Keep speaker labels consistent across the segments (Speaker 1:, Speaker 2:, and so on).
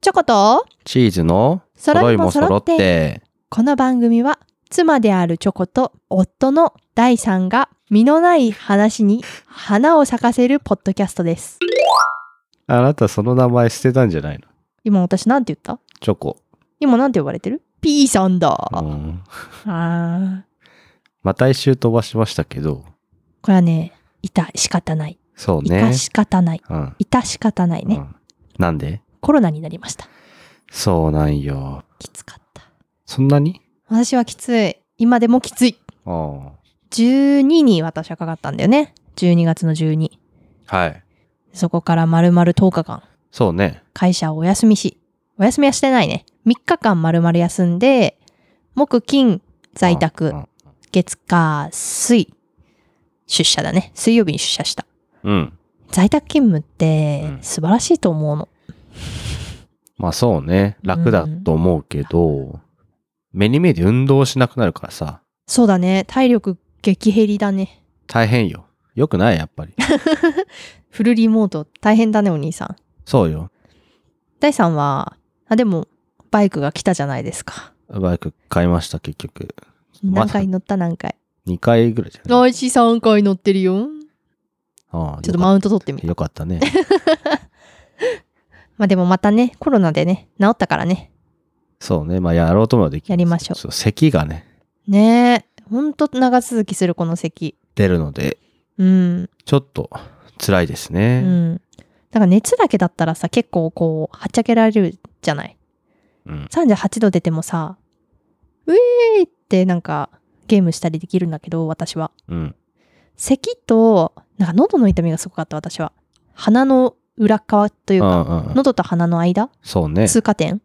Speaker 1: チョコと
Speaker 2: チーズの揃いも揃って
Speaker 1: この番組は妻であるチョコと夫の第三が身のない話に花を咲かせるポッドキャストです
Speaker 2: あなたその名前捨てたんじゃないの
Speaker 1: 今私なんて言った
Speaker 2: チョコ、
Speaker 1: 今なんて呼ばれてる ?P さんだ、
Speaker 2: う
Speaker 1: あ
Speaker 2: ん、
Speaker 1: あー
Speaker 2: また一周飛ばしましたけど
Speaker 1: これはねいた仕方ない
Speaker 2: そう
Speaker 1: いた
Speaker 2: ね、
Speaker 1: 仕方ない
Speaker 2: うん
Speaker 1: いた仕方ないね、
Speaker 2: うんなんで
Speaker 1: コロナになりました
Speaker 2: そうなんよ
Speaker 1: きつかった
Speaker 2: そんなに
Speaker 1: 私はきつい今でもきつい
Speaker 2: あ
Speaker 1: 12に私はかかったんだよね12月の12
Speaker 2: あはい
Speaker 1: そこから丸々10日間
Speaker 2: そうね
Speaker 1: 会社をお休みしお休みはしてないね3日間丸々休んで木金在宅
Speaker 2: うん
Speaker 1: 月火水出社だね水曜日に出社した
Speaker 2: うん
Speaker 1: 在宅勤務って
Speaker 2: うん
Speaker 1: 素晴らしいと思うの、
Speaker 2: まあそうね楽だと思うけど、目に見えて運動しなくなるからさ
Speaker 1: そうだね体力激減りだね
Speaker 2: 大変よよくないやっぱり
Speaker 1: フルリモート大変だねお兄さん
Speaker 2: そうよ
Speaker 1: 大さんはあでもバイクが来たじゃないですか
Speaker 2: バイク買いました結局ま
Speaker 1: 何回乗った何回
Speaker 2: 2回ぐらいじゃない
Speaker 1: 内視3回乗ってるよ
Speaker 2: ああ
Speaker 1: ちょっとマウント取ってみた
Speaker 2: よかったね
Speaker 1: まあでもまたねコロナでね治ったからね
Speaker 2: そうねまあやろうともでき
Speaker 1: やりましょう
Speaker 2: そう咳がね
Speaker 1: ねえほんと長続きするこの咳
Speaker 2: 出るので
Speaker 1: うん
Speaker 2: ちょっと辛いです
Speaker 1: う
Speaker 2: ね、
Speaker 1: んだから熱だけだったらさ結構こうはっちゃけられるじゃない
Speaker 2: うん
Speaker 1: 38度出てもさウェーイってなんかゲームしたりできるんだけど私は
Speaker 2: うん
Speaker 1: 咳となんか喉の痛みがすごかった私は鼻の裏側という
Speaker 2: う
Speaker 1: か
Speaker 2: んうんうん
Speaker 1: 喉と鼻の間
Speaker 2: そうね
Speaker 1: 通過点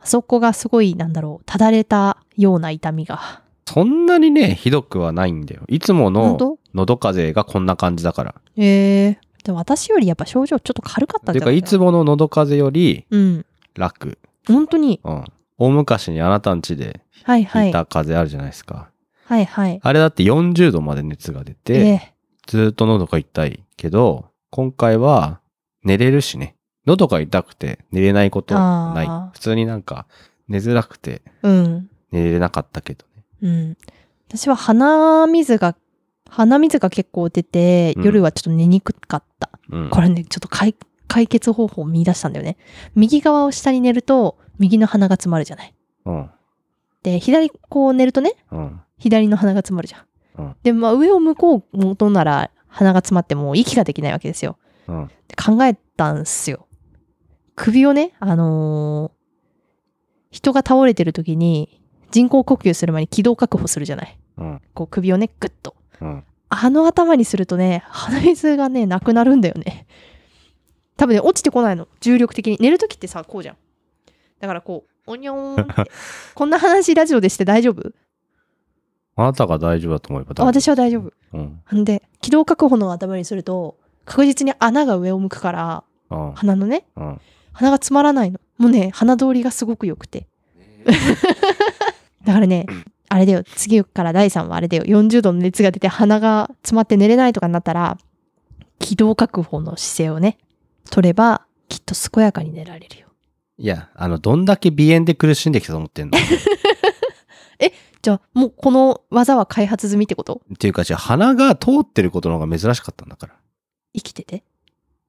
Speaker 1: あそこがすごいなんだろうただれたような痛みが
Speaker 2: そんなにねひどくはないんだよいつも
Speaker 1: 本
Speaker 2: の
Speaker 1: 当
Speaker 2: 喉風邪がこんな感じだから
Speaker 1: ええでも私よりやっぱ症状ちょっと軽かったん
Speaker 2: て
Speaker 1: じ
Speaker 2: い
Speaker 1: ゃな
Speaker 2: うか
Speaker 1: い
Speaker 2: いつもの喉風邪より
Speaker 1: うん
Speaker 2: 楽
Speaker 1: 本当に
Speaker 2: うん大昔にあなたん家で
Speaker 1: はいは
Speaker 2: 引い
Speaker 1: い
Speaker 2: た風邪あるじゃないですか、
Speaker 1: はいはい
Speaker 2: あれだって40度まで熱が出て、
Speaker 1: ええ
Speaker 2: ずーっと喉が痛いけど、今回は寝れるしね。喉が痛くて寝れないことは
Speaker 1: あ
Speaker 2: な
Speaker 1: ー
Speaker 2: い。普通になんか寝づらくて
Speaker 1: うん
Speaker 2: 寝れなかったけどね。
Speaker 1: うん私は鼻水が鼻水が結構出て
Speaker 2: うん
Speaker 1: 夜はちょっと寝にくかった、
Speaker 2: うん。
Speaker 1: これねちょっと解解決方法を見出したんだよね右側を下に寝ると右の鼻が詰まるじゃない
Speaker 2: うん。
Speaker 1: で左こう寝るとね
Speaker 2: うん。
Speaker 1: 左の鼻が詰まるじゃん。
Speaker 2: うん
Speaker 1: で、まあ、上を向こう元なら鼻が詰まってもう息ができないわけですよ。
Speaker 2: うん。
Speaker 1: で考えたんすよ。首をね、あのー人が倒れてる時に人工呼吸する前に気道確保するじゃない。
Speaker 2: うん。
Speaker 1: こう首をね、グッと。
Speaker 2: うん。
Speaker 1: あの頭にするとね、鼻水がね、なくなるんだよね。多分ね、落ちてこないの。重力的に。寝る時ってさ、こうじゃん。だからこう、おにょーん って。こんな話ラジオでして大丈夫
Speaker 2: あなたが大丈夫だと思えば
Speaker 1: あ
Speaker 2: 大丈
Speaker 1: 私は大丈夫。
Speaker 2: 夫。うん。
Speaker 1: んで気道確保の頭にすると確実に穴が上を向くから
Speaker 2: うん。
Speaker 1: 鼻のね
Speaker 2: うん。
Speaker 1: 鼻が詰まらないのもうね鼻通りがすごく良くてだからねあれだよ次から第3はあれだよ40度の熱が出て鼻が詰まって寝れないとかになったら気道確保の姿勢をね取ればきっと健やかに寝られるよ
Speaker 2: いや、あの、どんだけ鼻炎で苦しんできたと 思ってんのっ
Speaker 1: じゃあもうこの技は開発済みってこと
Speaker 2: ていうか、じゃあ鼻が通ってることの方が珍しかったんだから。
Speaker 1: 生きてて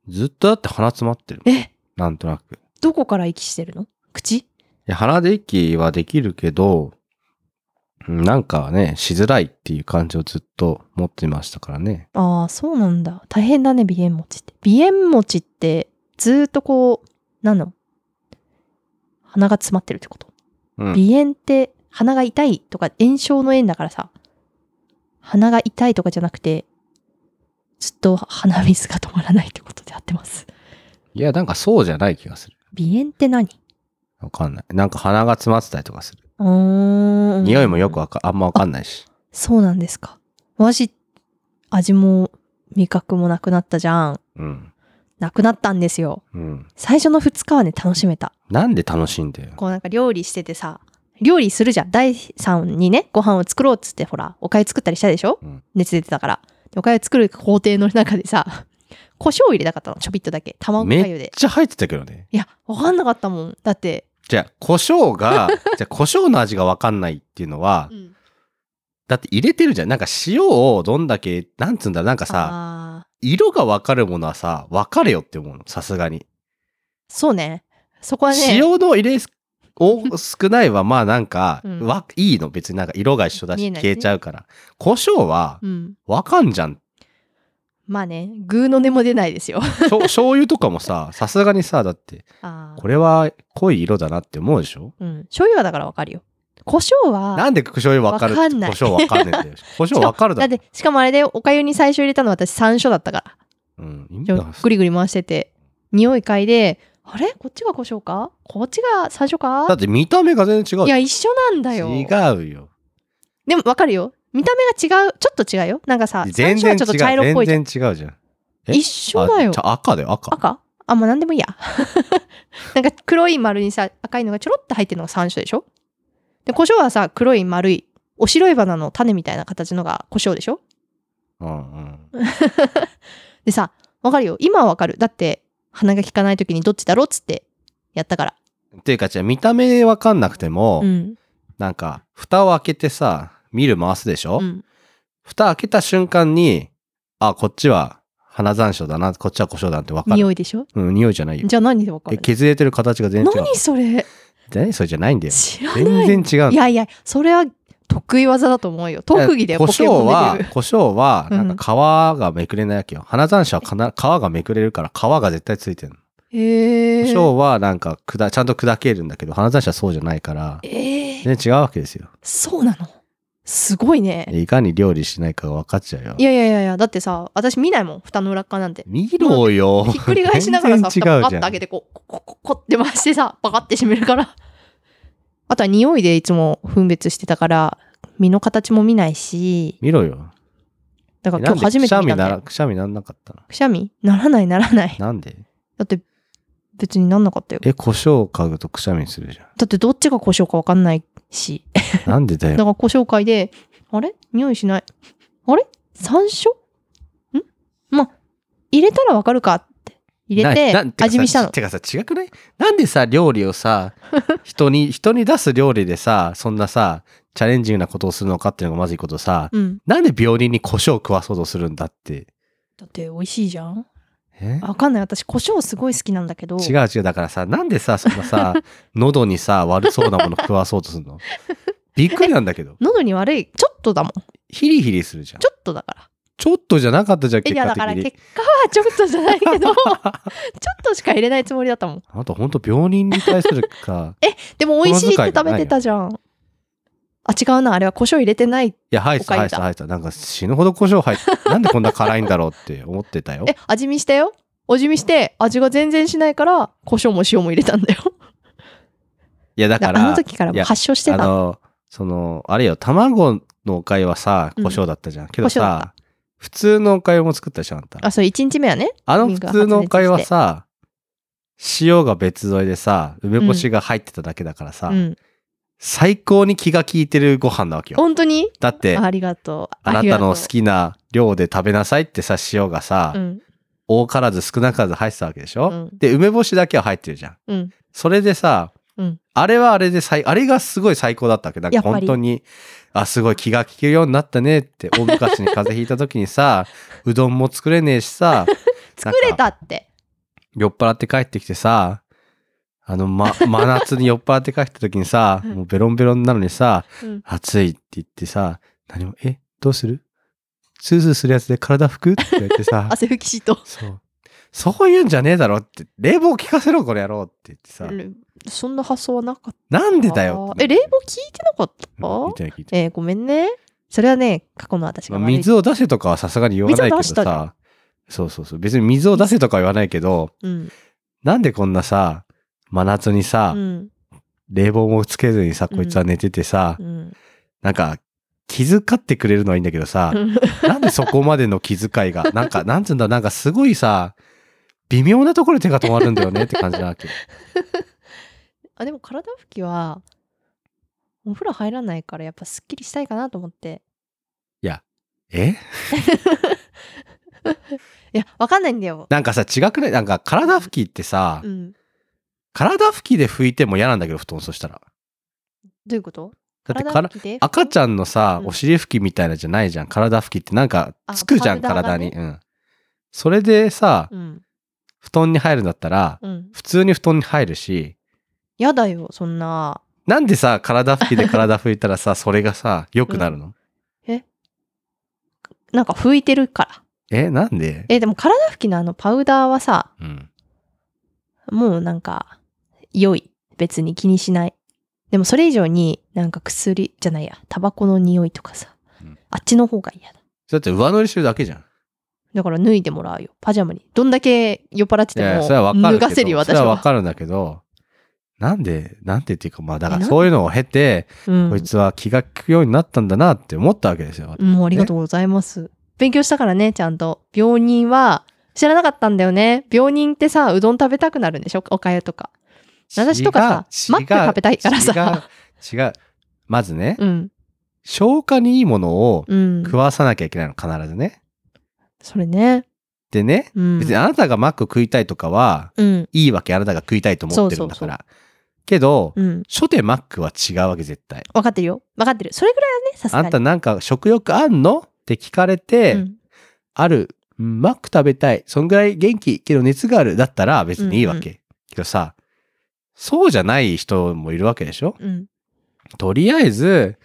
Speaker 2: ずっとだって鼻詰まってるもん。
Speaker 1: え
Speaker 2: なんとなく。
Speaker 1: どこから息してるの口
Speaker 2: いや鼻で息はできるけど、うんなんかね、しづらいっていう感じをずっと持ってましたからね。
Speaker 1: ああそうなんだ大変だね鼻炎持ちって鼻炎持ちってずーっとこうなの鼻が詰まってるってこと、
Speaker 2: うん。
Speaker 1: 鼻炎って鼻が痛いとか炎症の炎だからさ鼻が痛いとかじゃなくてずっと鼻水が止まらないってことで合ってます
Speaker 2: いや、なんかそうじゃない気がする。
Speaker 1: 鼻炎って何
Speaker 2: わかんない。なんか鼻が詰まってたりとかする。
Speaker 1: うーん
Speaker 2: 匂いもよくわか、あんまわかんないし。
Speaker 1: そうなんですか私味も味覚もなくなったじゃん
Speaker 2: うん。
Speaker 1: なくなったんですよ
Speaker 2: うん。
Speaker 1: 最初の2日はね楽しめた
Speaker 2: なんで楽しいんだよ。
Speaker 1: こうなんか料理しててさ料理するじゃん第3にねご飯を作ろうっつってほらおかゆ作ったりしたでしょ、
Speaker 2: うん
Speaker 1: 熱出てたからでおかゆ作る工程の中でさ胡椒を入れたかったのちょびっとだけ卵か
Speaker 2: め
Speaker 1: ゆ
Speaker 2: っ
Speaker 1: で
Speaker 2: ちゃ入ってたけどね。
Speaker 1: いやわかんなかったもんだって、
Speaker 2: じゃあ、胡椒 が、じゃあ、胡椒の味がわかんないっていうのは
Speaker 1: う、ん、
Speaker 2: だって入れてるじゃん。なんか塩をどんだけ、なんつうんだろう、なんかさ、
Speaker 1: あー
Speaker 2: 色がわかるものはさ、わかれよって思うの、さすがに。
Speaker 1: そうねそこはね
Speaker 2: 塩の入れすお少ないはまあなんか、
Speaker 1: うん
Speaker 2: わいいの別になんか色が一緒だ
Speaker 1: 見え
Speaker 2: し
Speaker 1: ない
Speaker 2: 消えちゃうから、胡椒は
Speaker 1: うん、
Speaker 2: わかんじゃん
Speaker 1: まあねグーの根も出ない ですよ
Speaker 2: しょ醤油とかもささすがにさだって
Speaker 1: あー
Speaker 2: これは濃い色だなって思うでしょ
Speaker 1: うん、醤油はだからわかるよ胡椒は
Speaker 2: なんで醤油わかるって
Speaker 1: わか
Speaker 2: 胡
Speaker 1: んない
Speaker 2: 椒わか んねえんだよ胡椒わかるだ
Speaker 1: だっ
Speaker 2: ろ
Speaker 1: てしかもあれでおかゆに最初入れたの私山椒だったから
Speaker 2: うん意味
Speaker 1: で
Speaker 2: が
Speaker 1: もぐりぐり回してて匂い嗅いであれこっちが胡椒かこっちが山椒
Speaker 2: だ
Speaker 1: か
Speaker 2: って見た目が全然違う
Speaker 1: いや一緒なんだよ
Speaker 2: 違うよ
Speaker 1: でもわかるよ見た目が違うちょっと違うよなんかさ山
Speaker 2: 全
Speaker 1: 椒
Speaker 2: 然違
Speaker 1: は
Speaker 2: う
Speaker 1: ちょっと茶色っぽいじゃん
Speaker 2: 全然違うじゃん然え
Speaker 1: 一緒だよ
Speaker 2: あちゃ赤だよ赤
Speaker 1: 赤あもう何でもいいや なんか黒い丸にさ赤いのがちょろっと入ってるのが山椒でしょで胡椒はさ黒い丸いお白いバナナの種みたいな形のが胡椒でしょ
Speaker 2: うん
Speaker 1: でさわかるよ今はわかるだって鼻が利かない時にどっちだろうっつってやったから
Speaker 2: うんっていうかじゃあ見た目わかんなくても、
Speaker 1: うん
Speaker 2: なんか蓋を開けてさ見る回すでしょ、
Speaker 1: うん
Speaker 2: 蓋開けた瞬間に、あ、こっちは花山椒だな、こっちは胡椒だなって分かる。
Speaker 1: 匂いでしょ
Speaker 2: うん、匂いじゃないよ。
Speaker 1: じゃあ何でわか
Speaker 2: え
Speaker 1: る
Speaker 2: 削れてる形が全然違う。
Speaker 1: 何それ
Speaker 2: 何それじゃないんだよ。
Speaker 1: 知らない
Speaker 2: 全然違う
Speaker 1: いやいやそれは得意技だと思うよ特技だよ
Speaker 2: 胡
Speaker 1: ポケ
Speaker 2: 椒
Speaker 1: モン
Speaker 2: は
Speaker 1: で出て、る
Speaker 2: 胡椒は、
Speaker 1: うん
Speaker 2: なんか皮がめくれないわけよ。花山椒はかな皮がめくれるから皮が絶対ついてるの。
Speaker 1: へ
Speaker 2: 胡
Speaker 1: え
Speaker 2: 椒はなんか砕ちゃんと砕けるんだけど、花山椒はそうじゃないから、
Speaker 1: えー
Speaker 2: 全然違うわけですよ。
Speaker 1: そうなのすごいね
Speaker 2: いかに料理しないかが分かっちゃうよ
Speaker 1: い。やいやいやいやだってさ私見ないもん蓋の裏っ側なんて
Speaker 2: 見ろよ。
Speaker 1: ひっくり返しながらさ蓋
Speaker 2: 全然違
Speaker 1: パカ
Speaker 2: う
Speaker 1: ッ
Speaker 2: じ
Speaker 1: て
Speaker 2: ゃ
Speaker 1: 開
Speaker 2: ん
Speaker 1: け。てこうこここって回してさパカッて閉めるからあとは匂いでいつも分別してたから身の形も見ないし
Speaker 2: 見ろよ。
Speaker 1: だから今
Speaker 2: なん
Speaker 1: 日
Speaker 2: で
Speaker 1: 初め
Speaker 2: くしてゃ
Speaker 1: 見
Speaker 2: み
Speaker 1: たん
Speaker 2: な
Speaker 1: だよ
Speaker 2: ら、くしゃみなんなかったの
Speaker 1: くしゃみならないならない
Speaker 2: なんで
Speaker 1: だって別になんなかったよ
Speaker 2: え、胡椒を嗅ぐとくしゃみするじゃん。
Speaker 1: だってどっちが胡椒か分かんないし
Speaker 2: なんで だ
Speaker 1: だか
Speaker 2: よ。
Speaker 1: ら胡椒会で、あれ匂いしない。あれ山椒んまあ、入れたらわかるかって。入れて
Speaker 2: ななん、かさ
Speaker 1: 味見したの。
Speaker 2: てかさ、違くないなんでさ、料理 をさ、人に、人に出す料理でさ、そんなさ、チャレンジングなことをするのかっていうのがまずいことさ、
Speaker 1: うん。
Speaker 2: なんで病人に胡椒を食わそうとするんだって。
Speaker 1: だって美味しいじゃん。
Speaker 2: え
Speaker 1: わかんない。私、胡椒すごい好きなんだけど。
Speaker 2: 違う違う。だからさ、なんでさ、そんな さ、喉にさ、悪そうなもの食わそうとするのびっくりなんだけど。
Speaker 1: 喉に悪い。ちょっとだもん。ち
Speaker 2: ヒリヒリするじゃん。ちょ
Speaker 1: ょっとだから。
Speaker 2: っとじゃなかったじゃん、
Speaker 1: え、い
Speaker 2: 結
Speaker 1: や、
Speaker 2: 果
Speaker 1: だから
Speaker 2: 的
Speaker 1: 結
Speaker 2: に。
Speaker 1: 果はちょっとじゃないけど、ち ょっとしか入れないつもりだったもん。
Speaker 2: あなたほんと病人に対する か、
Speaker 1: でも美味しいって
Speaker 2: 心遣いじゃ
Speaker 1: 食
Speaker 2: ない
Speaker 1: べ
Speaker 2: よ
Speaker 1: てたじゃん。あ、違うな。あれは胡椒入れてない。
Speaker 2: いや、入ってた、
Speaker 1: おか
Speaker 2: 入っ
Speaker 1: ゆ
Speaker 2: て
Speaker 1: だ
Speaker 2: た、入ってた。なんか死ぬほど胡椒入って、 なんでこんな辛いんだろうって思ってたよ。
Speaker 1: え、味見したよ。味見して、味が全然しないから、胡椒も塩も入れたんだよ。
Speaker 2: いや、だから、
Speaker 1: あの時から
Speaker 2: い
Speaker 1: もう
Speaker 2: や
Speaker 1: 発症して
Speaker 2: あ
Speaker 1: た
Speaker 2: の、その、あれよ、卵のおかゆはさ、
Speaker 1: うん
Speaker 2: 胡椒だったじゃん。けど
Speaker 1: 胡椒だっ
Speaker 2: さ、普通のおかゆも作ったじゃん、あんた。
Speaker 1: あそう1日目はね
Speaker 2: あの普通のおかゆはさ、塩が別添えでさ、梅干しが入ってただけだからさ、
Speaker 1: うん
Speaker 2: 最高に気が利いてるご飯なわけよ。
Speaker 1: 本当に
Speaker 2: だって、
Speaker 1: ありがとう
Speaker 2: あなたの好きな量で食べなさいってさ、塩が
Speaker 1: ありが
Speaker 2: さ、
Speaker 1: とううん
Speaker 2: 多からず少なからず入ってたわけでしょ、
Speaker 1: うん
Speaker 2: で、梅干しだけは入ってるじゃん。
Speaker 1: うん
Speaker 2: それでさ、
Speaker 1: うん
Speaker 2: あれはあれで最、あれがすごい最高だったわけど、なんか
Speaker 1: やっぱ
Speaker 2: 本
Speaker 1: り
Speaker 2: 当に、あ、すごい気が利けるようになったねって、大昔に風邪ひいた時にさ、 うどんも作れねえしさ、
Speaker 1: 作れ
Speaker 2: なんか
Speaker 1: たって
Speaker 2: 酔っ払って帰ってきてさ、あの、ま、真夏に酔っ払って帰ってきた時にさ、
Speaker 1: うん
Speaker 2: もうベロンベロンなのにさ、
Speaker 1: うん
Speaker 2: 暑いって言ってさ、何も、え、どうするスースーするやつで体拭くって言って さ、
Speaker 1: 汗拭きシート
Speaker 2: そう。そういうんじゃねえだろって、冷房効かせろ、これやろうって言ってさ、
Speaker 1: うんそんな発想はなかっ
Speaker 2: なんで
Speaker 1: た
Speaker 2: だよって
Speaker 1: え冷房聞いてなかった
Speaker 2: うん聞いてない聞いてない
Speaker 1: えーごめんねそれはね過去の私が
Speaker 2: まあ
Speaker 1: 悪い
Speaker 2: 水を出せとかはさすがに言わないけ
Speaker 1: 水
Speaker 2: ど
Speaker 1: を出したじゃ
Speaker 2: さ、そうそうそう、別に水を出せとかは言わないけど、
Speaker 1: うん
Speaker 2: なんでこんなさ、真夏にさ、
Speaker 1: うん
Speaker 2: 冷房もつけずにさ、
Speaker 1: うん
Speaker 2: こいつは寝ててさ、
Speaker 1: うん
Speaker 2: なんか、気遣ってくれるのはいいんだけどさ、なんでそこまでの気遣いが、なん か、なんつうんだ、なんかすごいさ、微妙なところで手が止まるんだよねって感じなわけ。
Speaker 1: あでも体拭きはお風呂入らないからやっぱすっきりしたいかなと思って
Speaker 2: え
Speaker 1: いや、わかんないんだよ。
Speaker 2: なんかさ、違くないなんか体拭きってさ、
Speaker 1: うん。
Speaker 2: 体拭きで拭いても嫌なんだけど、布団そしたら。
Speaker 1: どういうこと
Speaker 2: だってから、赤ち
Speaker 1: ゃん
Speaker 2: ゃんのさ、
Speaker 1: うん
Speaker 2: お尻拭きみたいなじゃないじゃん。体拭きってなんか
Speaker 1: あ
Speaker 2: つくじゃん、
Speaker 1: パウダーが
Speaker 2: 体
Speaker 1: ね
Speaker 2: に。うん。それでさ、
Speaker 1: うん。
Speaker 2: 布団に入るんだったら、
Speaker 1: うん。
Speaker 2: 普通に布団に入るし、
Speaker 1: やだよ、そんな。
Speaker 2: なんでさ、体拭きで体拭いたらさ、 それがさ、良くなるの、
Speaker 1: なんか拭いてるから。
Speaker 2: え、なんで
Speaker 1: え、でも体拭きのあのパウダーはさ、
Speaker 2: うん。
Speaker 1: もうなんか、良い。別に気にしない。でもそれ以上になんか薬じゃないや、タバコの匂いとかさ、
Speaker 2: うん
Speaker 1: あっちの方が嫌だ。
Speaker 2: だって上乗りしてるだけじゃん。
Speaker 1: だから脱いでもらうよ、パジャマに。どんだけ酔っ払って
Speaker 2: い
Speaker 1: て
Speaker 2: やいや、
Speaker 1: も、
Speaker 2: それはわか
Speaker 1: 脱
Speaker 2: るけど。
Speaker 1: がせるよ、
Speaker 2: そ
Speaker 1: 私
Speaker 2: れは
Speaker 1: は。
Speaker 2: わかるんだけど、なんで、なんでっていうか、まあ、だか
Speaker 1: え
Speaker 2: ら
Speaker 1: なん
Speaker 2: そういうのを経て、
Speaker 1: うん
Speaker 2: こいつは気が利くようになったんだなって思ったわけですよ。
Speaker 1: もうありがとうございます。勉強したからね、ちゃんと。病人は、知らなかったんだよね。病人ってさ、うどん食べたくなるんでしょおかゆとか。私とかさ
Speaker 2: 違
Speaker 1: マッ
Speaker 2: う
Speaker 1: ク食べたいからさ。
Speaker 2: 違う違う。まずね、
Speaker 1: うん。
Speaker 2: 消化にいいものを
Speaker 1: うん。
Speaker 2: 食わさなきゃいけないの、必ずね。
Speaker 1: それね。
Speaker 2: でね、
Speaker 1: うん。
Speaker 2: 別にあなたがマック食いたいとかは、
Speaker 1: うん。
Speaker 2: いいわけあなたが食いたいと思ってるんだ
Speaker 1: そ
Speaker 2: か
Speaker 1: うそう
Speaker 2: ら。けど、
Speaker 1: うん。
Speaker 2: 初手マックは違うわけ絶対。
Speaker 1: 分かってるよ。分かってる。それぐらいはね、さすが
Speaker 2: あ
Speaker 1: に。
Speaker 2: んたなんか食欲あんのって聞かれて、
Speaker 1: うん
Speaker 2: ある、うんマック食べたい、そんぐらい元気、けど熱がある、だったら別にいいわけ。けどさ、そうじゃない人もいるわけでしょ
Speaker 1: うん。
Speaker 2: とりあ えず、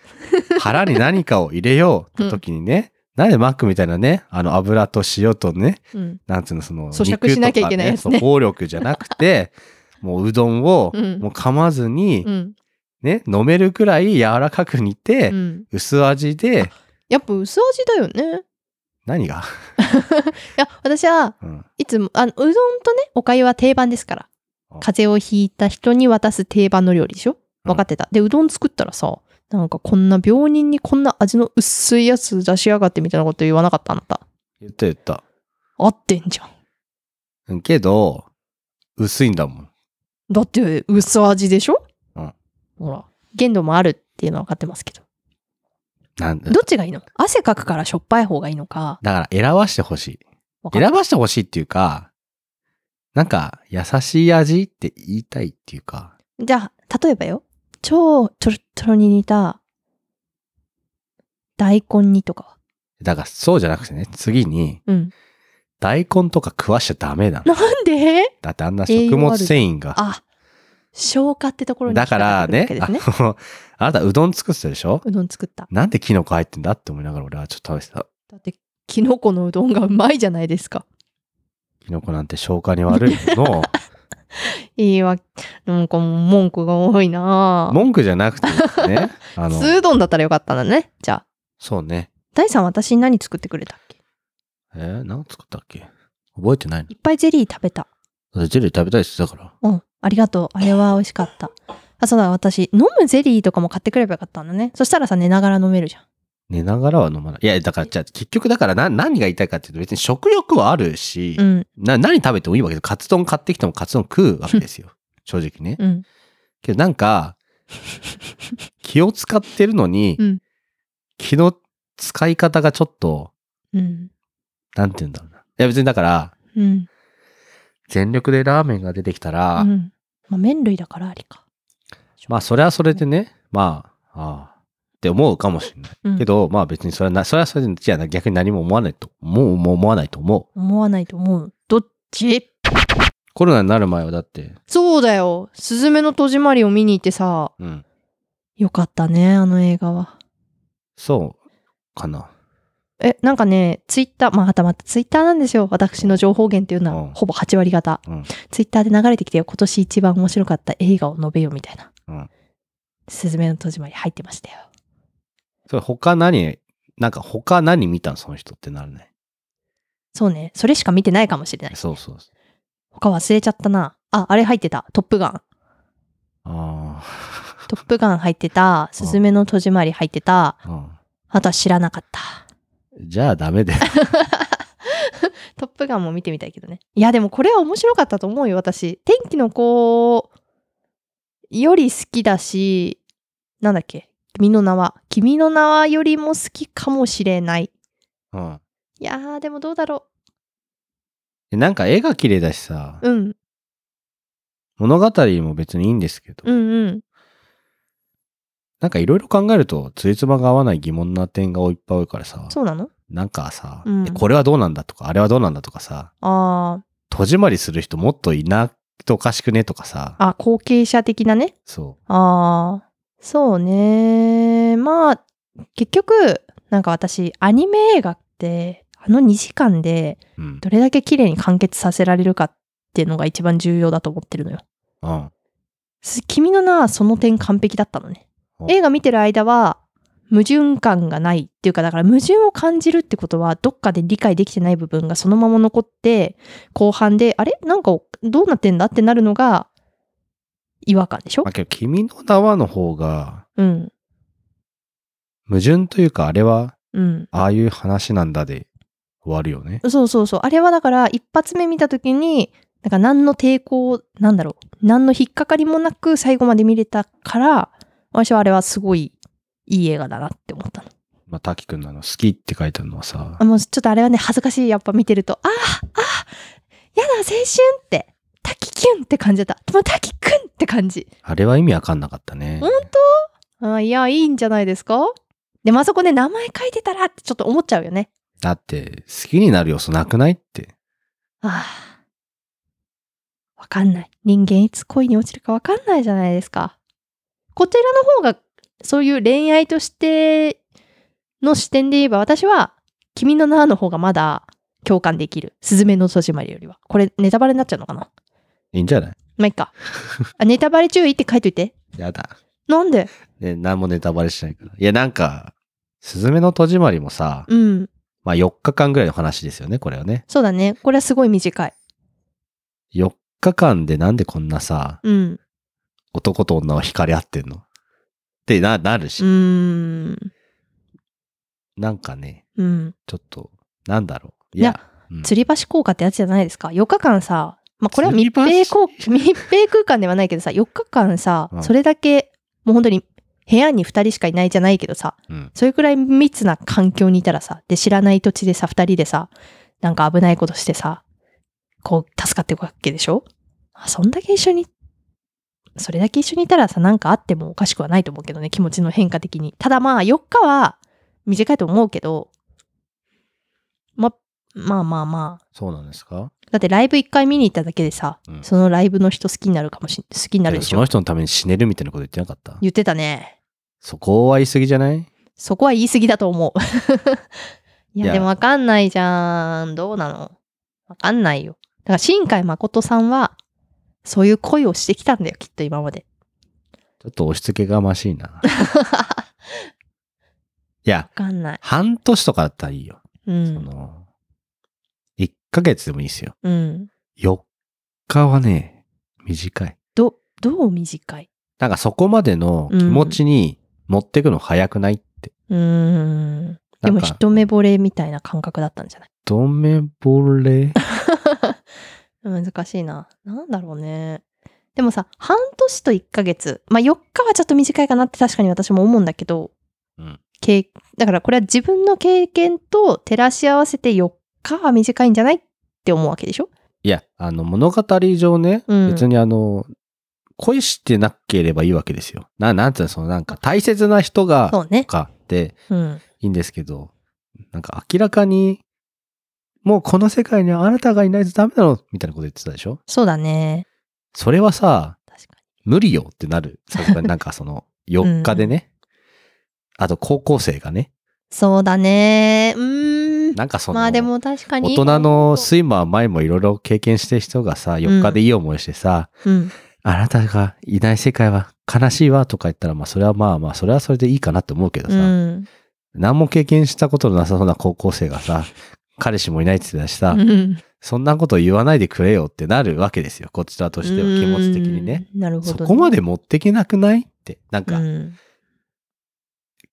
Speaker 2: 腹に何かを入れようって時にね、なんでマックみたいなね、あの油と塩とね、
Speaker 1: うん。
Speaker 2: なんつうのその、
Speaker 1: 咀嚼しなきゃいけないやつね
Speaker 2: 肉とかそう暴力じゃなく て、もううどんを、
Speaker 1: うん
Speaker 2: もう噛まずに
Speaker 1: う、ん。
Speaker 2: ね、飲めるくらい柔らかく煮て、
Speaker 1: うん。
Speaker 2: 薄味で、
Speaker 1: やっぱ薄味だよね。
Speaker 2: 何が、
Speaker 1: いや、私は、
Speaker 2: うん、
Speaker 1: いつも、あの、うどんとね、おかゆは定番ですから
Speaker 2: あ。
Speaker 1: 風邪をひいた人に渡す定番の料理でしょ
Speaker 2: うん
Speaker 1: 分かってた。で、うどん作ったらさ、なんかこんな病人にこんな味の薄いやつ出しやがってみたいなこと言わなかったあなた。
Speaker 2: 言った言った。
Speaker 1: 合ってんじゃん。
Speaker 2: うんけど、薄いんだもん。
Speaker 1: だって薄味でしょ
Speaker 2: うん
Speaker 1: ほら、限度もあるっていうのは分かってますけど。
Speaker 2: なんだ
Speaker 1: どっちがいいの汗かくからしょっぱい方がいいのか。
Speaker 2: だから選ばしてほしい。
Speaker 1: わかんない
Speaker 2: 選ばしてほしいっていうか、なんか、優しい味って言いたいっていうか、
Speaker 1: じゃあ、例えばよ。超トロットロに煮た大根煮とかは。
Speaker 2: だからそうじゃなくてね、次に、
Speaker 1: うん。
Speaker 2: 大根とか食わしちゃダメなの。
Speaker 1: なんで
Speaker 2: だってあんな食物繊維が。
Speaker 1: あ、消化ってところに
Speaker 2: だから
Speaker 1: 引っ
Speaker 2: ね
Speaker 1: かかってくるわけですね。
Speaker 2: あの、 あなたうどん作ってたでしょ
Speaker 1: うどん作った。
Speaker 2: なんでキノコ入ってんだって思いながら俺はちょっと食べてた。
Speaker 1: だって、キノコのうどんがうまいじゃないですか。
Speaker 2: キノコなんて消化に悪い のを
Speaker 1: いいわ。なんかもう文句が多いなぁ。
Speaker 2: 文句じゃなくて ね。あの
Speaker 1: ス、ードンだったらよかったんだね。じゃあ。
Speaker 2: そうね。
Speaker 1: 大さん私に何作ってくれたっけ
Speaker 2: えー、何作ったっけ覚えてないの
Speaker 1: いっぱいゼリー食べた。
Speaker 2: だってジェリー食べたいっすだから。
Speaker 1: うん。ありがとう。あれは美味しかった。あ、そうだ、私、飲むゼリーとかも買ってくればよかったんだね。そしたらさ、寝ながら飲めるじゃん。
Speaker 2: 寝ながらは飲まない。いや、だから、じゃあ、結局だからな、何が言いたいかっていうと、別に食欲はあるし、
Speaker 1: うん、
Speaker 2: な、何食べてもいいわけです。カツ丼買ってきてもカツ丼食うわけです よ。正直ね。
Speaker 1: うん。
Speaker 2: けどなんか、気を使ってるのに、
Speaker 1: うん
Speaker 2: 気の使い方がちょっと、
Speaker 1: うん。
Speaker 2: なんて言うんだろうな。いや、別にだから、
Speaker 1: うん。
Speaker 2: 全力でラーメンが出てきたら、
Speaker 1: うん。まあ、麺類だからありか。
Speaker 2: まあ、それはそれでね、まあ、ああ、って思うかもしれない。
Speaker 1: うん
Speaker 2: けど、まあ別にそれはな、それはそれで、じゃあ逆に何も思わないと、もうもう思わないと思う。
Speaker 1: 思わないと思う。どっち
Speaker 2: コロナになる前はだって、
Speaker 1: そうだよ。すずめの戸締まりを見に行ってさ、
Speaker 2: うん、
Speaker 1: よかったね、あの映画は。
Speaker 2: そうかな。
Speaker 1: え、なんかね、ツイッター、まあ、はたまたツイッターなんですよ。私の情報源っていうの
Speaker 2: うん
Speaker 1: は、ほぼ8割方。
Speaker 2: うん
Speaker 1: ツイッターで流れてきてよ、今年一番面白かった映画を述べよみたいな。
Speaker 2: うん
Speaker 1: すずめの戸締まり入ってましたよ。
Speaker 2: それ他何、なんか他何見たのその人ってなるね。
Speaker 1: そうね、それしか見てないかもしれない。
Speaker 2: そうそう。
Speaker 1: 他忘れちゃったな。あ、あれ入ってた。トップガン。
Speaker 2: あ
Speaker 1: トップガン入ってた。すずめの戸締まり入ってた。
Speaker 2: あ、
Speaker 1: あとは知らなかった。
Speaker 2: うん。じゃあダメだよ。
Speaker 1: トップガンも見てみたいけどね。いや、でもこれは面白かったと思うよ、私。天気の子より好きだし、なんだっけ、君の名は。君の名はよりも好きかもしれない。
Speaker 2: うん。
Speaker 1: いやー、でもどうだろ
Speaker 2: でなんか絵が綺麗だしさ、
Speaker 1: うん
Speaker 2: 物語も別にいいんですけど、
Speaker 1: うんうん
Speaker 2: なんかいろいろ考えると、ついつまが合わない疑問な点がいっぱい多いからさ、
Speaker 1: そうなの
Speaker 2: なんかさ、
Speaker 1: うん
Speaker 2: えこれはどうなんだとか、あれはどうなんだとかさ、
Speaker 1: あ
Speaker 2: 戸締まりする人もっといなとおかしくねとかさ
Speaker 1: ー、あ後継者的なね
Speaker 2: そ
Speaker 1: ああそうねまあ結局なんか私アニメ映画ってあの2時間で
Speaker 2: う。うん。
Speaker 1: どれだけ綺麗に完結させられるかっていうのが一番重要だと思ってるのよ。
Speaker 2: うん。
Speaker 1: す君の名はその点完璧だったのね
Speaker 2: お
Speaker 1: 映画見てる間は矛盾感がないっていうかだから矛盾を感じるってことはどっかで理解できてない部分がそのまま残って後半であれなんかどうなってんだってなるのが違和感でしょ
Speaker 2: まあ、けど、君の名はの方が、
Speaker 1: うん
Speaker 2: 矛盾というか、あれは、
Speaker 1: うん
Speaker 2: ああいう話なんだで終わるよね。
Speaker 1: そうそうそうあれはだから一発目見た時になんか何の抵抗なんだろう何の引っかかりもなく最後まで見れたから私はあれはすごいいい映画だなって思ったの
Speaker 2: まあ、滝くんのあの、好きって書いてあるのはさ
Speaker 1: あ、もうちょっとあれはね恥ずかしいやっぱ見てるとあーあーやだ青春って滝キュンって感じだったもう滝くんって感じ
Speaker 2: あれは意味わかんなかったね。
Speaker 1: 本当あーいやいいんじゃないですかでもあそこね名前書いてたらってちょっと思っちゃうよね
Speaker 2: だって、好きになる要素なくないって。
Speaker 1: ああわかんない人間いつ恋に落ちるかわかんないじゃないですかこちらの方がそういう恋愛としての視点で言えば私は「君の名」の方がまだ共感できる「すずめの戸締まり」よりはこれネタバレになっちゃうのかない
Speaker 2: いんじゃない
Speaker 1: まあ、いっか。あ、ネタバレ注意って書いといて。
Speaker 2: やだ。
Speaker 1: なんで
Speaker 2: ね、何もネタバレしないから。いや、なんか、すずめの戸締まりもさ、
Speaker 1: うん。
Speaker 2: まあ、4日間ぐらいの話ですよね、これはね。
Speaker 1: そうだね。これはすごい短い。
Speaker 2: 4日間でなんでこんなさ、
Speaker 1: うん。
Speaker 2: 男と女は惹かれ合ってんのってな、なるし、
Speaker 1: うーん。
Speaker 2: なんかね、
Speaker 1: うん。
Speaker 2: ちょっと、なんだろう。い
Speaker 1: いや
Speaker 2: や、うん
Speaker 1: 吊り橋効果ってやつじゃないですか。4日間さ、まあこれは密
Speaker 2: 吊り
Speaker 1: 閉
Speaker 2: 橋
Speaker 1: こう 密閉空間ではないけどさ、4日間さ
Speaker 2: う、ん
Speaker 1: それだけ、もう本当に部屋に2人しかいないじゃないけどさ、
Speaker 2: うん
Speaker 1: それくらい密な環境にいたらさ、で、知らない土地でさ、2人でさ、なんか危ないことしてさ、こう、助かっていくわけでしょあそんだけ一緒に、それだけ一緒にいたらさ、なんかあってもおかしくはないと思うけどね、気持ちの変化的に。ただまあ、4日は短いと思うけど、ま、まあまあまあ。
Speaker 2: そうなんですか
Speaker 1: だってライブ1回見に行っただけでさ、
Speaker 2: うん
Speaker 1: そのライブの人好きになるかもし好きになるでし
Speaker 2: その
Speaker 1: ょ。
Speaker 2: 人のために死ねるみたいなこと言ってなかった
Speaker 1: 言ってたね。
Speaker 2: そこは言い過ぎじゃない
Speaker 1: そこは言い過ぎだと思う。 い
Speaker 2: い
Speaker 1: や、
Speaker 2: や
Speaker 1: でもわかんないじゃん。どうなのわかんないよ。だから、新海誠さんは、そういう恋をしてきたんだよ、きっと今まで。
Speaker 2: ちょっと押し付けがましいな。いや
Speaker 1: わ、かんない。
Speaker 2: 半年とかだったらいいよ。
Speaker 1: う
Speaker 2: そ
Speaker 1: ん。
Speaker 2: の、1ヶ月でもいいですよ。
Speaker 1: うん。
Speaker 2: 4日はね、短い。
Speaker 1: ど、どう短い
Speaker 2: なんかそこまでの気持ちに持ってくの早くないって。
Speaker 1: うーん。でも、
Speaker 2: なんか
Speaker 1: 一目惚れみたいな感覚だったんじゃない
Speaker 2: 一目惚 れ
Speaker 1: 難しいな。なんだろうね。でもさ、半年と1ヶ月。まあ、4日はちょっと短いかなって確かに私も思うんだけど、
Speaker 2: うん
Speaker 1: 経だからこれは自分の経験と照らし合わせて4日は短いんじゃないって思うわけでしょ
Speaker 2: いや、あの物語上ね、
Speaker 1: うん
Speaker 2: 別にあの、恋してなければいいわけですよ。な、なんつうの、そのなんか大切な人が、
Speaker 1: そうね
Speaker 2: と。かって
Speaker 1: うん。
Speaker 2: いいんですけど、なんか明らかに、もうこの世界にはあなたがいないとダメだろ、みたいなこと言ってたでしょ
Speaker 1: そうだね。
Speaker 2: それはさ、
Speaker 1: 確か
Speaker 2: 無理よってなる。さすがになんか その、4日でね。あと高校生がね、
Speaker 1: に。そうだね。うーん。
Speaker 2: なんかその、
Speaker 1: まあでも確かに。
Speaker 2: 大人のスイマー前もいろいろ経験してる人がさ、4日でいい思いしてさ、
Speaker 1: うん。
Speaker 2: あなたがいない世界は悲しいわとか言ったら、まあそれはまあまあ、それはそれでいいかなって思うけど
Speaker 1: う
Speaker 2: さ、
Speaker 1: ん。
Speaker 2: 何も経験したことのなさそうな高校生がさ、彼氏もいないって言ってたしさ、
Speaker 1: うん
Speaker 2: そんなこと言わないでくれよってなるわけですよ、こちらとしては気持ち的にね。。
Speaker 1: うんなるほど、
Speaker 2: そこまで持ってけなくないって、なん
Speaker 1: う
Speaker 2: か、
Speaker 1: ん。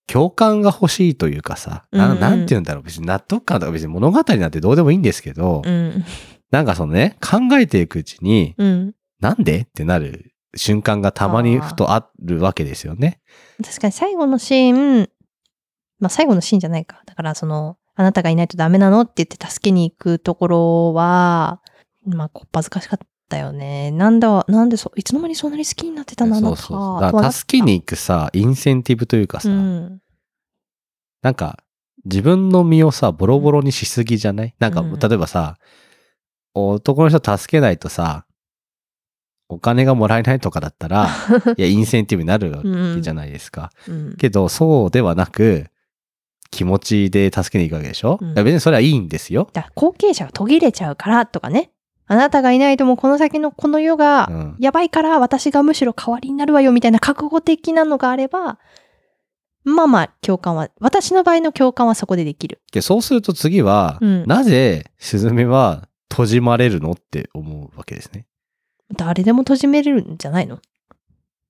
Speaker 2: 共感が欲しいというかさ、
Speaker 1: うん
Speaker 2: な
Speaker 1: うん
Speaker 2: なんて言うんだろう、別に納得感とか別に物語なんてどうでもいいんですけど、
Speaker 1: うん。
Speaker 2: なんかそのね、考えていくうちに、
Speaker 1: うん。
Speaker 2: なんでってなる瞬間がたまにふとあるわけですよね。
Speaker 1: 確かに最後のシーン、まあ最後のシーンじゃないか。だからその、あなたがいないとダメなのって言って助けに行くところは、まあ、こっぱずかしかったよね。なんだ、なんでそ、いつの間にそんなに好きになってたのあな
Speaker 2: そう
Speaker 1: た
Speaker 2: そうそう。だから助け
Speaker 1: に
Speaker 2: に行くさ、インセンティブというかさ、
Speaker 1: うん。
Speaker 2: なんか、自分の身をさ、ボロボロにしすぎじゃないなんか、
Speaker 1: うん
Speaker 2: 例えばさ、男の人助けないとさ、お金がもらえないとかだっ たら、いや、インセンティブになるわけじゃないですか。
Speaker 1: うん。
Speaker 2: けど、そうではなく、気持ちで助けに行くわけでしょ、
Speaker 1: うん
Speaker 2: いや別にそれはいいんですよ。
Speaker 1: だから後継者が途切れちゃうからとかね。あなたがいないともうこの先のこの世が
Speaker 2: うん。
Speaker 1: やばいから私がむしろ代わりになるわよみたいな覚悟的なのがあれば、まあまあ共感は、私の場合の共感はそこでできる。
Speaker 2: でそうすると次は、
Speaker 1: うん
Speaker 2: なぜ、スズメは閉じまれるのって思うわけですね。
Speaker 1: 誰でも閉じめれるんじゃないの
Speaker 2: い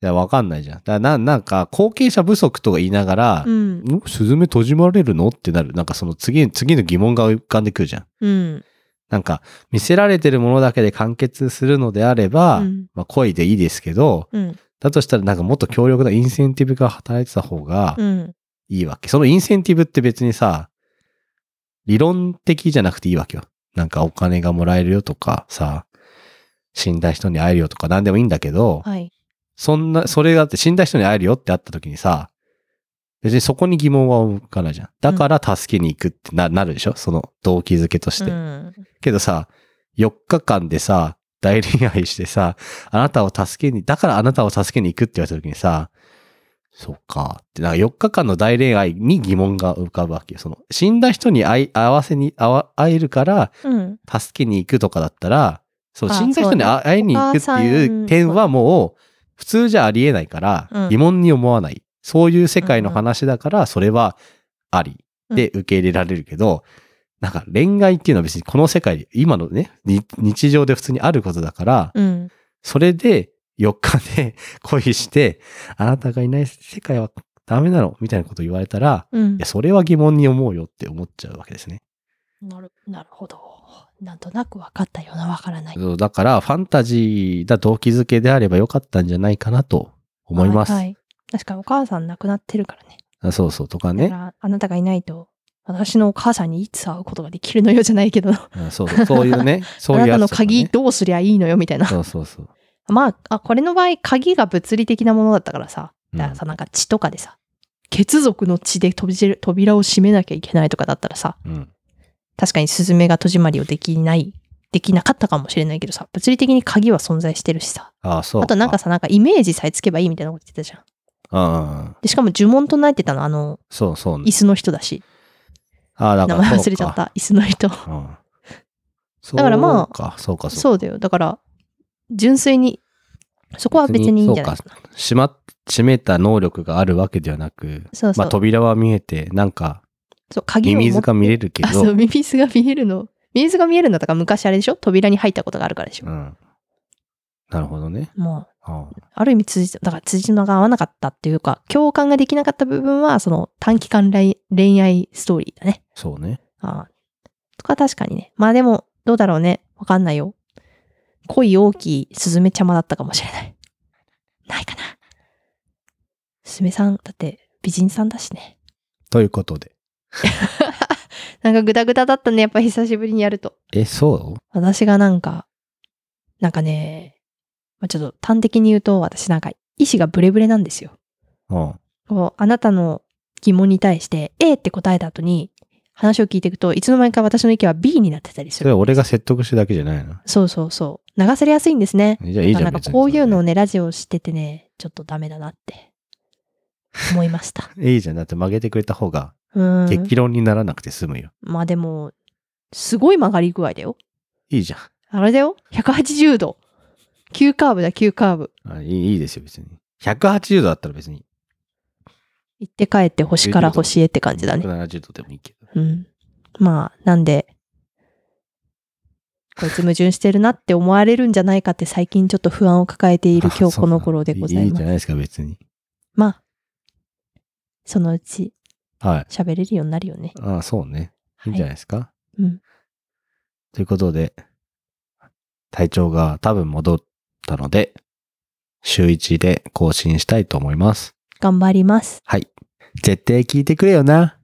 Speaker 2: や、わかんないじゃん。だからな、なんか、後継者不足とか言いながら
Speaker 1: う、ん。
Speaker 2: んスズメ閉じまれるのってなる。なんかその次、次の疑問が浮かんでくるじゃん。
Speaker 1: うん。
Speaker 2: なんか、見せられてるものだけで完結するのであれば、
Speaker 1: うん
Speaker 2: まあ恋でいいですけど、
Speaker 1: うん。
Speaker 2: だとしたらなんかもっと強力なインセンティブが働いてた方が
Speaker 1: うん。
Speaker 2: いいわけ。そのインセンティブって別にさ、理論的じゃなくていいわけよ。なんかお金がもらえるよとかさ、死んだ人に会えるよとか何でもいいんだけど、
Speaker 1: はい。
Speaker 2: そんな、それがあって死んだ人に会えるよってあった時にさ、別にそこに疑問は浮かないじゃん。だから助けに行くってななるでしょその動機づけとして。
Speaker 1: うん。
Speaker 2: けどさ、4日間でさ、大恋愛してさ、あなたを助けに、だからあなたを助けに行くって言われた時にさ、そっか。って、なんか4日間の大恋愛に疑問が浮かぶわけよ。その、死んだ人に会い会わせに、会わ会えるから、
Speaker 1: うん。
Speaker 2: 助けに行くとかだったら、そう、
Speaker 1: あ
Speaker 2: 死んだ人に
Speaker 1: そう
Speaker 2: あ会いに行くっていう点はもう、普通じゃありえないから
Speaker 1: う、ん
Speaker 2: 疑問に思わない。そういう世界の話だから、それはありで受け入れられるけど、なんか恋愛っていうのは別にこの世界で、今のね、に日常で普通にあることだから、
Speaker 1: うん。
Speaker 2: それで4日で 恋して、あなたがいない世界はダメなのみたいなこと言われたら、
Speaker 1: うん
Speaker 2: いや、。それは疑問に思うよって思っちゃうわけですね。
Speaker 1: なる、なるほど。なんとなく分かったような、分からない。
Speaker 2: そうだから、ファンタジーだ動機づけであればよかったんじゃないかなと思います。
Speaker 1: はいはい確かにお母さん亡くなってるからね。
Speaker 2: あそうそう、とか
Speaker 1: だ
Speaker 2: ね
Speaker 1: か。らあなたがいないと、私のお母さんにいつ会うことができるのよじゃないけど、
Speaker 2: うん そうそう、そうい うね、そういう
Speaker 1: あなた
Speaker 2: や
Speaker 1: の
Speaker 2: つとかね、
Speaker 1: 鍵どうすりゃいいのよみたいな。
Speaker 2: そうそうそう。
Speaker 1: まあ、あ、これの場合、鍵が物理的なものだったからさ、
Speaker 2: うん
Speaker 1: だから さ、なんか血とかでさ、血族の血で閉じる扉を閉めなきゃいけないとかだったらさ、
Speaker 2: うん。
Speaker 1: 確かにスズメが戸締まりをできない、できなかったかもしれないけどさ、物理的に鍵は存在してるしさ、
Speaker 2: あそう。
Speaker 1: あとなんか、さ、なんかイメージさえつけばいいみたいなこと言ってたじゃん。
Speaker 2: うんうんうん。
Speaker 1: で、しかも呪文となってたの、あの、
Speaker 2: そうそう、
Speaker 1: 椅子の人だし、
Speaker 2: あだ
Speaker 1: 名
Speaker 2: から
Speaker 1: 前
Speaker 2: そ
Speaker 1: 忘
Speaker 2: う
Speaker 1: れ
Speaker 2: か
Speaker 1: ちゃっ。た、椅子の人。
Speaker 2: うん。
Speaker 1: だからまあ
Speaker 2: そうか、そうか、そうか。
Speaker 1: そうだよ。だから、純粋に、そこは別にいいんじゃない
Speaker 2: そうか。閉ま、閉めた能力があるわけではなく、
Speaker 1: そうそ
Speaker 2: まあ
Speaker 1: う。
Speaker 2: 扉は見えて、なんか、
Speaker 1: そう鍵を持
Speaker 2: ミミズ
Speaker 1: って
Speaker 2: が見れるけ
Speaker 1: あ、そ
Speaker 2: ど、
Speaker 1: う、ミミズが見えるの。ミミズが見えるんだったから昔あれでしょ扉に入ったことがあるからでしょ、
Speaker 2: うん。なるほどね。
Speaker 1: も
Speaker 2: うん
Speaker 1: う、ある意味辻褄、だから辻褄が合わなかったっていうか、共感ができなかった部分は、その短期間恋恋愛ストーリーだね。
Speaker 2: そうね。
Speaker 1: ああ。とか確かにね。まあでも、どうだろうね。わかんないよ。恋大きいスズメちゃまだったかもしれない。ないかな。スズメさん、だって美人さんだしね。
Speaker 2: ということで。
Speaker 1: なんかグダグダだったね。やっぱ久しぶりにやると。
Speaker 2: え、そう
Speaker 1: 私がなんか、なんかね、まあ、ちょっと端的に言うと、私なんか意志がブレブレなんですよ。
Speaker 2: うん。
Speaker 1: こう、あなたの疑問に対して、A って答えた後に、話を聞いていくと、いつの間にか私の意見は B になってたりす
Speaker 2: それ
Speaker 1: る。
Speaker 2: は俺が説得しただけじゃないの
Speaker 1: そうそうそう。流されやすいんですね。
Speaker 2: じゃあいいじゃ
Speaker 1: なんんか
Speaker 2: 別に
Speaker 1: こういうのを
Speaker 2: ね。
Speaker 1: ね、ラジオしててね、ちょっとダメだなって、思いま した。
Speaker 2: いいじゃん。だって曲げてくれた方が
Speaker 1: うーん
Speaker 2: 激。論にならなくて済むよ。
Speaker 1: まあでも、すごい曲がり具合だよ。
Speaker 2: いいじゃん
Speaker 1: あれだよ。180度。急カーブだ、急カーブ。。
Speaker 2: あいいいいですよ別に。180度だったら別に。
Speaker 1: 行って帰って星から星へって感じだね。
Speaker 2: 170度でもいいけど。
Speaker 1: うん。まあ、なんで、こいつ矛盾してるなって思われるんじゃないかって最近ちょっと不安を抱えて いる今日この頃でござ
Speaker 2: あそう
Speaker 1: い
Speaker 2: いい
Speaker 1: ま
Speaker 2: じ
Speaker 1: す
Speaker 2: ゃ。ないですか別に。
Speaker 1: まあ、そのうち
Speaker 2: はい。
Speaker 1: 喋れるようになるよね。
Speaker 2: ああ、そうね。いいんじゃないですか。
Speaker 1: うん。
Speaker 2: ということで、体調が多分戻ったので、週1で更新したいと思います。
Speaker 1: 頑張ります。
Speaker 2: はい。絶対聞いてくれよな。